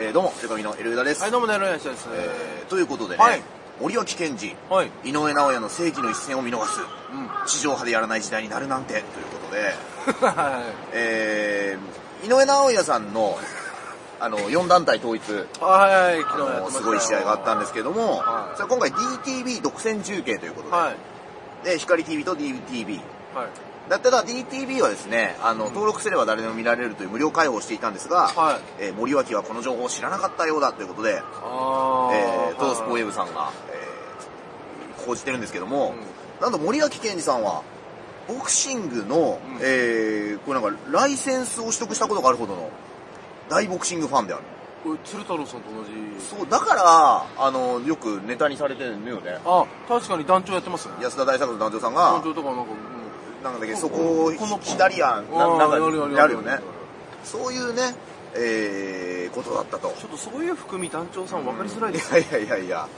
えーどうも、セカミのエルウダです、 はい、どうも、ねるやしです。えーということでね、はい森脇健児、はい。井上尚弥の世紀の一戦を見逃す、うん。地上波でやらない時代になるなんて、ということで、はえー井上尚弥さんの、あの、4団体統一、い。はい、あ昨日やってのましたすよごい試合があったんですけども、はいそれ今回 DTV 独占中継ということで、はい。で、光 TV と DTV。はい。だったら DTV はですね、あの、登録すれば誰でも見られるという無料開放をしていたんですが、はい。えー森脇はこの情報を知らなかったようだということで、あえー、トースポウェブ。ブさんが、えー、報じてるんですけども、なんと森脇健児さんは、ボクシングの、うんえー、これなんか、ライセンスを取得したことがあるほどの、大ボクシングファンである。これ、鶴太郎さんと同じ。そう、だから、あの、よくネタにされてるのよね。あ、確かに団長やってますね。安田大作の男女さん団が、長とかなんか、なんかだっけ、こそこをこの左やん、なあーなんか、やるやるやるよやねる。そういうね、えー、ことだったと。 ちょっとそういう含み団長さん分かりづらいです。いやいやいやいや。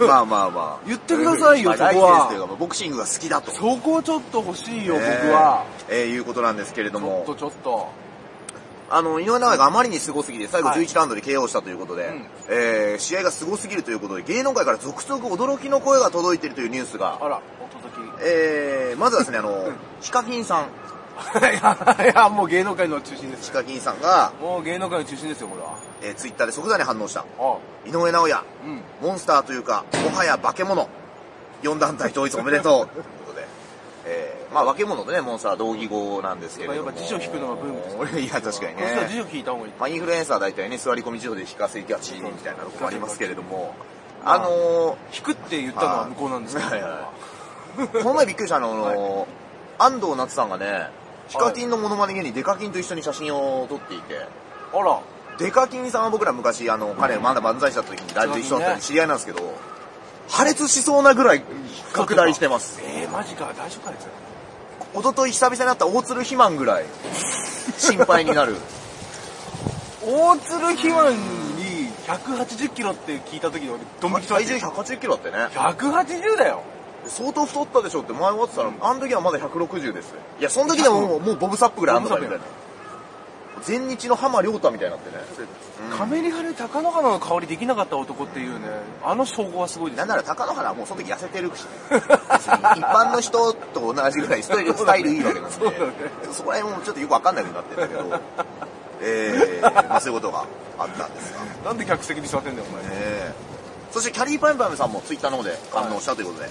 まあまあまあ。言ってくださいよまあそこはライセンスというかまあボクシングが好きだと。そこちょっと欲しいよ、僕ねは。。えーいうことなんですけれちどょっとも、ちょっと。あの、井上尚弥があまりに凄すぎて、最後はい11ラウンドで KO したということで、うんえー試合が凄すぎるということで、芸能界から続々驚きの声が届いているというニュースあが、ら、お届 き。えーまずはですね、あの、ヒカキンさん、いやいや、もう芸能界の中心でヒす。カキンさんが、もう芸能界の中心ですよ、これは。えツイッター Twitter で即座に反応した。あ、井上尚弥、うん。モンスターというか、もはや化け物。4団体統一おめでとう。ということで。えー、まあ化け物とね、モンスターは同義語なんですけれども。やっぱ辞書引くのがブームですね 俺、いや、確かにそしたら辞ね。書聞いた方がいい。まあインフルエンサーは大体ね、座り込み辞書で引かせがちみたいなとこもありますけれども。まああの引くって言ったのは向こうなんですけど。はいはいはいー、この前びっくりしたあのー安藤夏さんがね、ヒカキンのモノマネ芸人デカキンと一緒に写真を撮っていて、あら、デカキンさんは僕ら昔、あの、彼まだ漫才した時にライブで一緒だったんで知り合いなんですけど、破裂しそうなぐらい拡大してます。えー、マジか、大丈夫かいつ一昨日久々に会った大鶴肥満ぐらい、心配になる。大鶴ひまんに180キロって聞いた時に俺、 ドン引きしま体し重180キロだってね。た。180だよ。相当太ったでしょって前思ってたら、あの時はまだ160です。いや、その時でももうもうボブサップぐらいあんのかみたいなボ。前日の浜良太みたいになってね。カメリハル高野花の香りできなかった男っていうね、あの称号はすごいですなよ。んなら高野原はもうその時痩せてる し、ね、別に一般の人と同じぐらいスタイルスタイルいいわけなんで、そうだねそこら辺もちょっとよくわかんないようになってるんだけ ど、えー、まあそういうことがあったんですが、ねなんで客席に座ってんだよ、お前。えそしてキャリーパンパンさんもツイッターの方で反応したということで、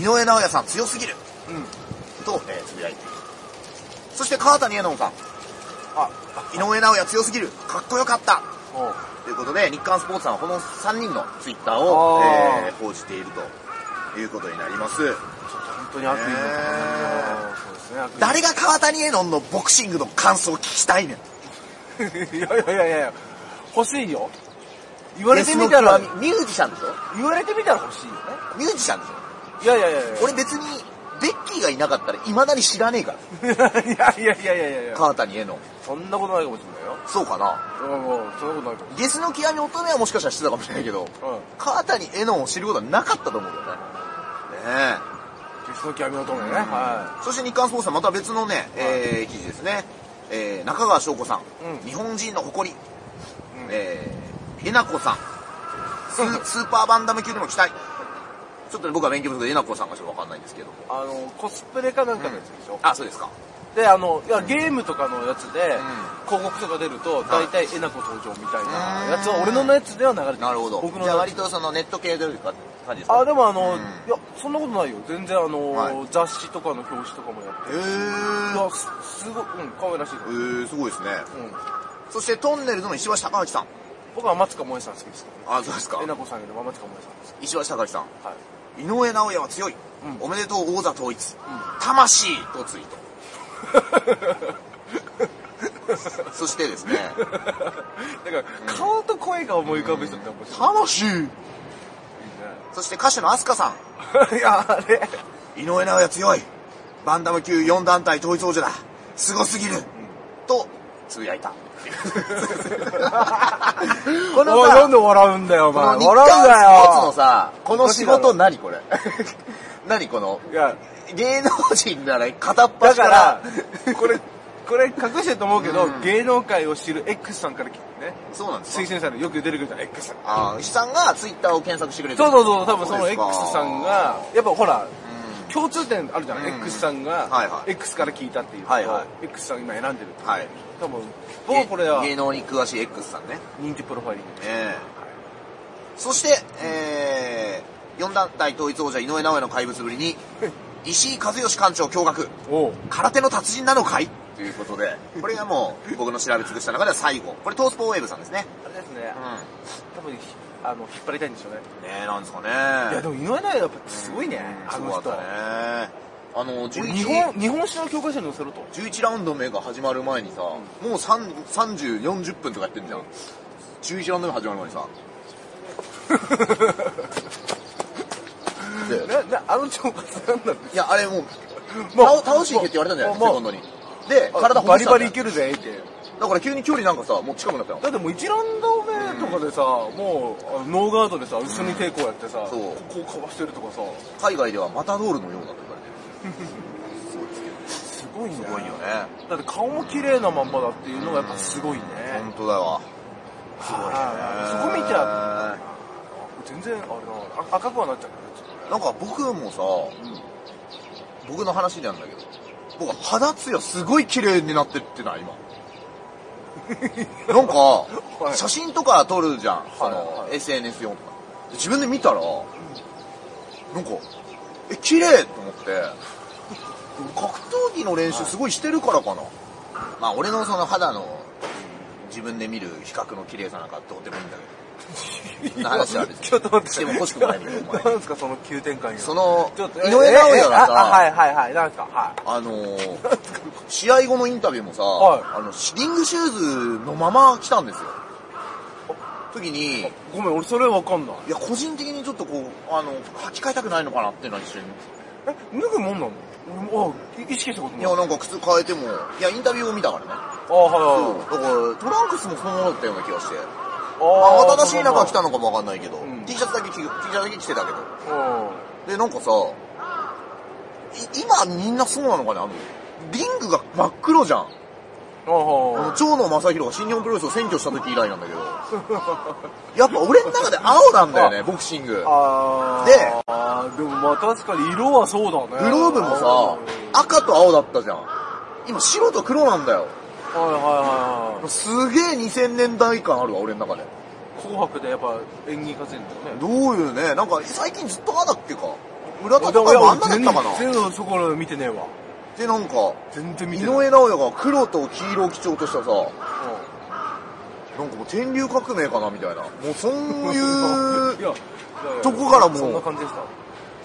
井上尚弥さん強すぎるうん。うん。と、えー、つぶやいている。そして川谷絵音さん、あ、井上尚弥強すぎる、かっこよかったおうということで、日刊スポーツさんはこの3人のツイッターを、あーえー報じているということになります。本当に悪意の塊だなそうですね、悪意誰が川谷絵音のボクシングの感想を聞きたいねん。いやいやいやいや、欲しいよ。言われてみたらデスノー、クはミュージシャンでしょ言われてみたら欲しいよね。ミュージシャンでしょいやいやいやいや。俺別に、ベッキーがいなかったら未だに知らねえから。いやいやいやいやいや川谷絵音。そんなことないかもしれないよ。そうかな。うん、もう、そんなことないかもしゲスの極み乙女はもしかしたら知ってたかもしれないけど、れない。うん。川谷絵音を知ることはなかったと思うよね。ねゲスの極みのとね。はえ。そして日刊スポーツさん、また別のね、えー、記事ですね。えー、中川翔子さん。うん日本人の誇り。うんえー、えなこさん。ス ースーパーバンダム級でも期待。ちょっとね、僕は勉強不足でえなこさんがちょっとわかんないんですけども。い。あの、コスプレかなんかのやつでしょ。あ、そうですか。で、あの、いや、ゲームとかのやつんで、広告とか出ると、は大い体えなこ登場みたいなやつうは、ん俺のやつでは流れてるなるほど。僕のじゃあや割つ。とそのネット系というか感じですかあ、でもあの、うんいや、そんなことないよ。全然あの、はい雑誌とかの表紙とかもやってへるし。いーや、すすごい、うん、可愛らしいから。へうん。ー、すごいですね。そしてトンネルズの石橋貴明さん。僕は松塚萌さん好きですけあ、そうですかど、えなこさんよりも松塚萌さんです。石橋貴明さん。はい。井上尚弥は強い。うんおめでとう王座統一。う魂とツイー ト。そしてですね、 だから、顔と声が思い浮かぶ人って面白い。魂そして歌手のアスカさ いや、あれ。ん。井上尚弥強い。バンダム級4団体統一王者だ。すごすぎる。と、つぶやい た。このおいさな、んで笑うんだよ、おこの前。日笑う刊んだよ。スポーツのさ、この仕事何これ何このいや、 芸能人なら片っだ端かからら、これ、これ隠してると思うけど、うん芸能界を知る X さんから聞いてね。そうなんですか推薦されるよく出てくるじゃん、X さん。ああ、石さんがツイッターを検索してくれてそうそうそう、多分そのうですか X さんが、やっぱほら、う共通点あるじゃん、うん X さんが、はいはい X から聞いたっていうのと、はいは。X さんが今選んでるっていうんはい。多分僕はこれは芸能に詳しい X さんね。人気プロファイリングええそして、えー、4団体統一王者井上尚弥の怪物ぶり に、石井和義館長驚愕。おう空手の達人なのかいということで、これがもう僕の調べ尽くした中では最後。これトースポーウェーブさんですね。あれですねうん。多分ひあの引っ張りたいんでしょうねねえ、なんですかね。いやでも井上尚弥やっぱすごいねあすごかのった人ね。あの、11日本日本史の教科書に載せろと11ラウンド目が始まる前にさ、もう3 30、40分とかやってんじゃん。11ラウンド目始まる前にさ。でななあの腸活なんだろいや、あれもう、もう倒倒していけって言われたんじゃないもうセコンドに。で、う体ほバぐリしたバんだリいよけるぜってだから急に距離なんかさ、もう近くなったよ。だってもう1ラウンド目とかでさ、もうあのノーガードでさ後ろに抵抗やってさ、そうここうかわしてるとかさ海外ではマタドールのようだと言われてる。すごいねすごいよね。だって顔も綺麗なまんまだっていうのがやっぱすごいね、本当だわ。すごいねそこ見ちゃ全然あれだあ赤くはなっちゃうけなんか僕もさ、僕の話なんだけど、僕は肌ツヤすごい綺麗になってってない今。なんか、い写真とか撮るじゃん、その、はい SNS 用とか。で自分で見たら、なんか、え、綺麗と思って、でも格闘技の練習すごいしてるからかな。まあ俺のその肌の、自分で見る比較の綺麗さなんかどうでもいいんだけど。ど話は別にちょっと待ってしても欲しくないみたいなお前なんですかその急展開にそのちょっと、井上尚弥がええああはさ、いはいはいなんですかはあのー、試合後のインタビューもさ、はいあの、リングシューズのまま来たんですよ。時に、いいごめん俺それわかんないや、個人的にちょっとこう、あの、履き替えたくないのかなっていうのは一瞬。え脱ぐもんなの俺もあ意識したこといないや、あなんか靴変えても、いや、インタビューを見たからね。はいそうはい。だから、トランクスもそのままだったような気がして。あ慌ただしい中来たたのかもわかんないけど、ん T シャツだけ着、T シャツだけ着てたけど。うんで、なんかさ、い今みんなそうなのかねあの、リングが真っ黒じゃん。ああはのは長野正宏が新日本プロレスを占拠した時以来なんだけど、やっぱ俺の中で青なんだよね、ボクシング。あーであーでもまあ確かに色はそうだグねローブもさ、赤と青だったじゃん。今白と黒なんだよ。あはいはいはいはいすげえ2000年代感あるわ、俺の中で。紅白でやっぱ演技活躍だよねどういうね、なんか最近ずっとあだっけか。村田でともかいやもあんなだったかな。全然そこら見てねえわで、なんか、全然見井てない上尚弥が黒と黄色を基調としたさ、なうんんかもう天竜革命かなみたいな。もうそういう いや、とこからもうそんな感じでした。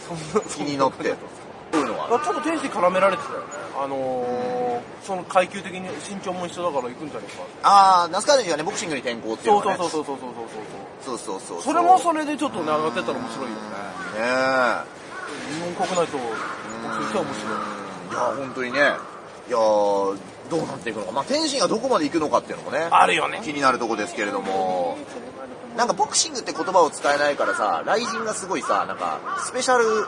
そんな 気になっそんて 感そじだたういうのがある。あちょっと天使絡められてたよね。あのー、その階級的に身長も一緒だから行くんじゃないか。あー、那須川選手はね、ボクシングに転向っていうそのがうそうね。そうそうそうそうそうそうそうそう。そうう。それもそれでちょっとね、上がってったら面白いよね。ねえ。いや、日本国内と、僕としては面白い。本当にね。いやーどうなっていくのか。まあ、天心がどこまで行くのかっていうのもね、あるよね。気になるとこですけれども、なんかボクシングって言葉を使えないからさ、雷神がすごいさ、なんか、スペシャル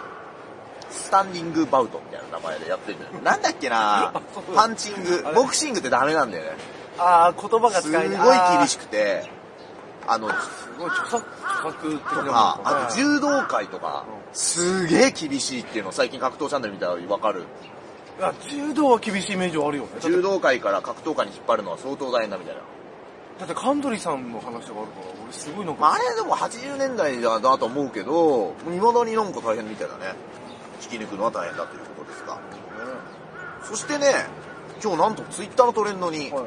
スタンディングバウトみたいな名前でやってるんだよね。なんだっけな そうパンチングあ。れボクシングってダメなんだよね。あー、言葉がすご使いえない。厳い。しくて、あの、すごい著作、著作的なもとんねか、あと柔道界とかう、すげえ厳しいっていうの最近格闘チャンネル見たらわかる。いや柔道は厳しいイメージはあるよね。だって柔道界から格闘界に引っ張るのは相当大変だみたいな。だってカンドリさんの話があるから、俺すごいなんか。まあ、あれでも80年代だなと思うけど、未だになんか大変みたいだね。引き抜くのは大変だということですが。そしてね、今日なんとツイッターのトレンドに、はい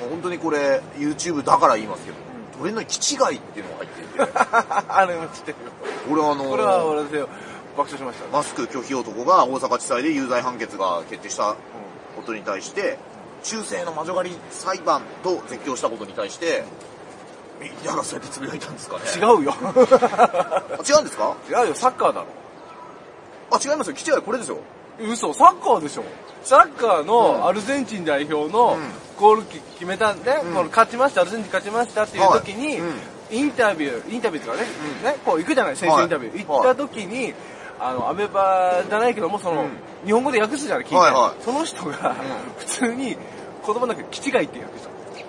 本当にこれ YouTube だから言いますけど、トレンドに気違いっていうのが入ってい て、あれも知ってるよ。俺はあこれはの、俺ですよ。爆笑しました。マスク拒否男が大阪地裁で有罪判決が決定したことに対して、中世の魔女狩り裁判と絶叫したことに対して、みんながそうやってつぶやいたんですかね。違う。うよ。 違うんですか違うよ、サッカーだろ。あ、違いますよ。気違いこれですよ。嘘、サッカーでしょ。サッカーうんのアルゼンチン代表のうんゴールキック決めたんで、んこの勝ちました、アルゼンチン勝ちましたっていう時はいにうん、インタビュー、インタビューとかね、うんね、こう行くじゃない、選手インタビュはいー。行った時に、あの、アベバじゃないけども、その、うん日本語で訳すじゃない、聞いて。はいはその人が、普通に、言葉なく、キチガイって訳し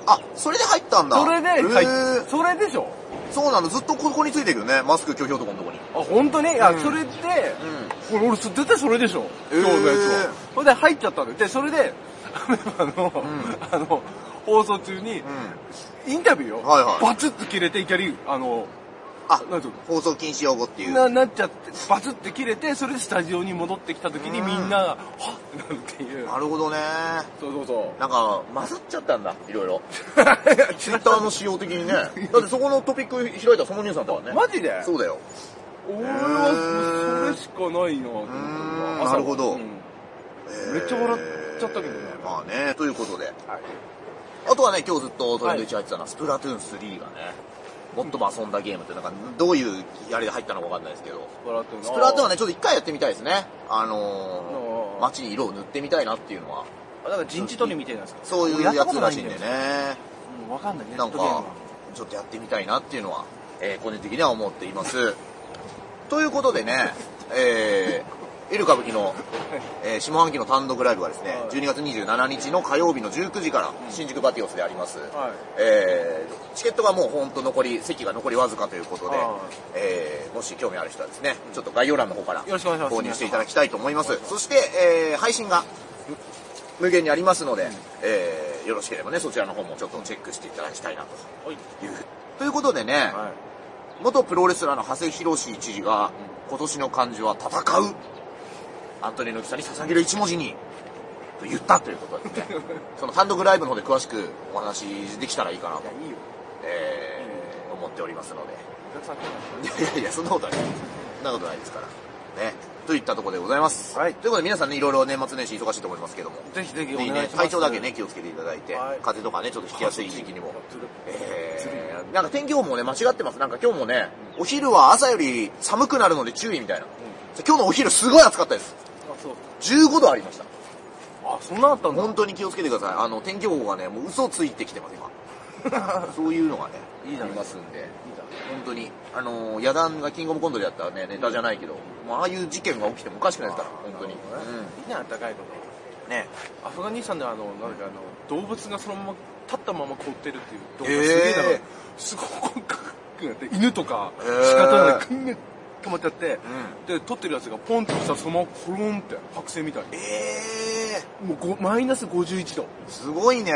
た。あ、それで入ったんだ。それで、へーはいそれでしょそうなの、ずっとここについてるよね。マスク拒否男のとこに。あ、本当にいや、うんそれうで、ん。これ俺、そ絶対それでしょえー今日のやつは。それで入っちゃったんだよ。で、それで、アメバの、んあの、放送中に、うん。インタビューよ、はいはいバツッと切れて、いきなり、あの、あ、なんていうの放送禁止用語っていう。な、なっちゃって、バツって切れて、それでスタジオに戻ってきた時にみんな、はっなるっていう。なるほどね。そうそうそなんか、混ざっちゃったんだ、いろいろ。う。ツイッターの仕様的 にね。だってそこのトピック開いたらそのニュースだったからね。 マジでそうだよ。俺は、それしかないなと思ってうーん朝なるほどうんめっちゃ笑っちゃったけどねえーまあね、ということで。はいあとはね、今日ずっとトレンド1入ってたのは、スプラトゥーン3がね、もっとも遊んだゲームって、なんか、どういうやりで入ったのかわかんないですけど。スプラトゥーン。スプラトゥーンはね。ね、ちょっと一回やってみたいですね。あのあーー、街に色を塗ってみたいなっていうのは、あだから人事取りみたいなんですかそういうやつらしいんで。ね。もうわかんないね。なんか、ちょっとやってみたいなっていうのは、えー個人的には思っています。ということでね、えー、エル歌舞伎の、えー下半期の単独ライブはですね、12月27日の火曜日の19時から、新宿バティオスであります。はいえーチケットがもうほんと残り、席が残りわずかということではい、えーもし興味ある人はですね、ちょっと概要欄の方からろしくお願いします購入していただきたいと思います。そして、えー配信が無限にありますので、えーよろしければね、そちらの方もちょっとチェックしていただきたいなとはい。いう。ということでね、はい。元プロレスラーの長谷博士知事が、今年の漢字は戦う、アントニオ猪木さんに捧げる一文字に、と言ったということで すね。その単独ライブの方で詳しくお話できたらいいかなと、いや、いいよ。えー思っておりますので。お客さん来てますいやいやいや、そんなことはない。そんなことないですから。ね。といったところでございます。はいということで皆さんね、いろいろ年末年始忙しいと思いますけども。ぜひぜひおぜ願いひしねま、す。体調だけね、気をつけていただいて、はい風邪とかね、ちょっと引きやすい時期にも。つる。えー、なんか天気予報もね、間違ってます。なんか今日もね、お昼は朝より寒くなるので注意みたいな。今日のお昼すごい暑かったです。あ、そう。 15度ありました。あ、そんなあったんだ。本当に気をつけてください。あの、天気予報がね、もう嘘ついてきてます、 今。そういうのがね、いいじゃあないりますんで。いいだろ本当に、あのー、野団がキングオブコントでやったね、ネタじゃないけど、もうああいう事件が起きてもおかしくないですから、本当に。なるほどねいいね、あったかいとこうん。ね。アフガニスタンであの、なんかあの、動物がそのまま、立ったまま凍ってるっていう動画えーすげえだから、すごくかっくなって、犬とか、え仕ー方なくぐんぐん止まっちゃって、うで、撮ってるやつがポンとしたらそのままコロンって、剥製みたいえに。えもうごマイナス51度。ー、すごいね。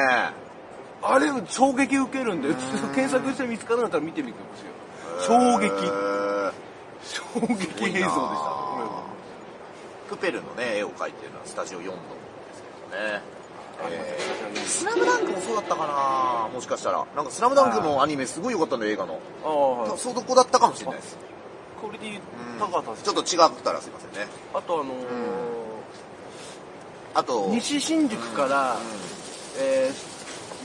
あれ、衝撃受けるんで、検索して見つからなかったら見てみてほしいよ。衝撃え。ー衝撃映像でした。これはクペルのね、絵を描いてるのはスタジオ4度ですけどね。ありまえしたー、スラムダンクもそうだったかなもしかしたら。なんかスラムダンクのアニメすごい良かったの、映画の。ああ、はいそうどこだったかもしれないです。これで言っうんたかったですちょっと違ったらすいませんね。あとあのーあと、西新宿から、うえー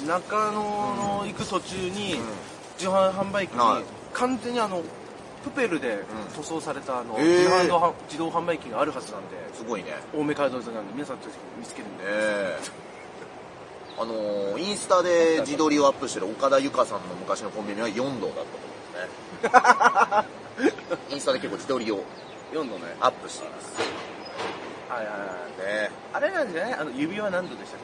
中野の行く途中に、ん自販販売機に、はい完全にあのプペルで塗装されたあの、へー自販の販自動販売機があるはずなんですごいね。青梅街道沿いなんで皆さんちょっと見つけるんで、ええあのーインスタで自撮りをアップしてる岡田由香さんの昔のコンビニは4度だったと思うん ですねインスタで結構自撮りを4度ねアップしていますはいはいはいねあれなんじゃないあの指輪何度でしたっ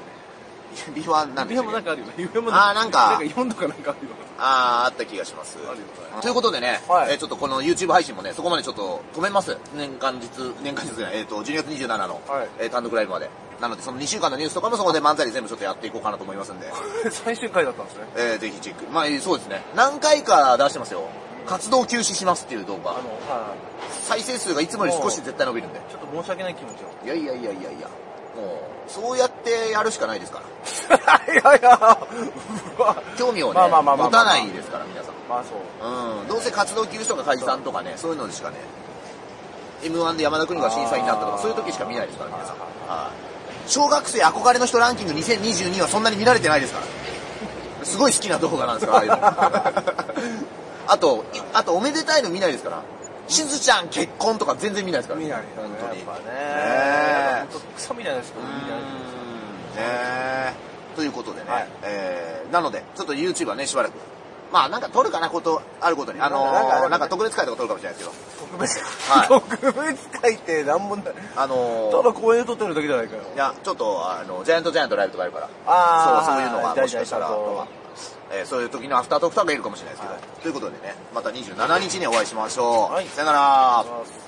指輪なけんでねし指輪たもっけなんかあるよね指輪もあーなんかなんか4度かなんかあるよあああった気がしますあるよねということでね、はいえーちょっとこの YouTube 配信もねそこまでちょっと止めます年間日年間日じゃないえっ、と12月27の、はいえー単独ライブまでなのでその2週間のニュースとかもそこで漫才で全部ちょっとやっていこうかなと思いますんで 最終回だったんですねえー、ぜひチェック。まあ、えーそうですね。何回か出してますよ。活動休止しますっていう動あ画。のは再生数がいつもより少し絶対伸びるんで。いちょっと申し訳ない気持ちをいやいやいやいやいや。もう、そうやってやるしかないですから。 いやいやうわ興味をね、まあまあまあまあ持たないですから、皆さん。まあそううん。どうせ活動休止とか解散とかね、そういうのでしかね、M1 で山田邦が審査員になったとか、あーそういう時しか見ないですから、皆さん。はいはいはい。小学生憧れの人ランキング2022はそんなに見られてないですから。すごい好きな動画なんですから、ああいうの あと、いあと、おめでたいの見ないですから。しずちゃん結婚とか全然見ないですから。見ない本当に。やっぱねねえ本当草みたいなですけど見ないねえということでね、はいえーなので、ちょっと YouTube はね、しばらくまあなんか取るかなこと、あることに。あのーなんかなんかなんか特別会とか取るかもしれないですけ特別はい会、 特別会ってなんもない。ど。あのたーだ公園で撮ってるだけじゃないかよ。いや、ちょっと、あの、ジャイアントジャイアントライブとかあるから、あーそう、そういうのが、じゃもあしかしたら、じゃあじゃあとかえーそういう時のアフタートークとかいるかもしれないですけど、はいということでね、また27日にお会いしましょう。はいさよなら。あー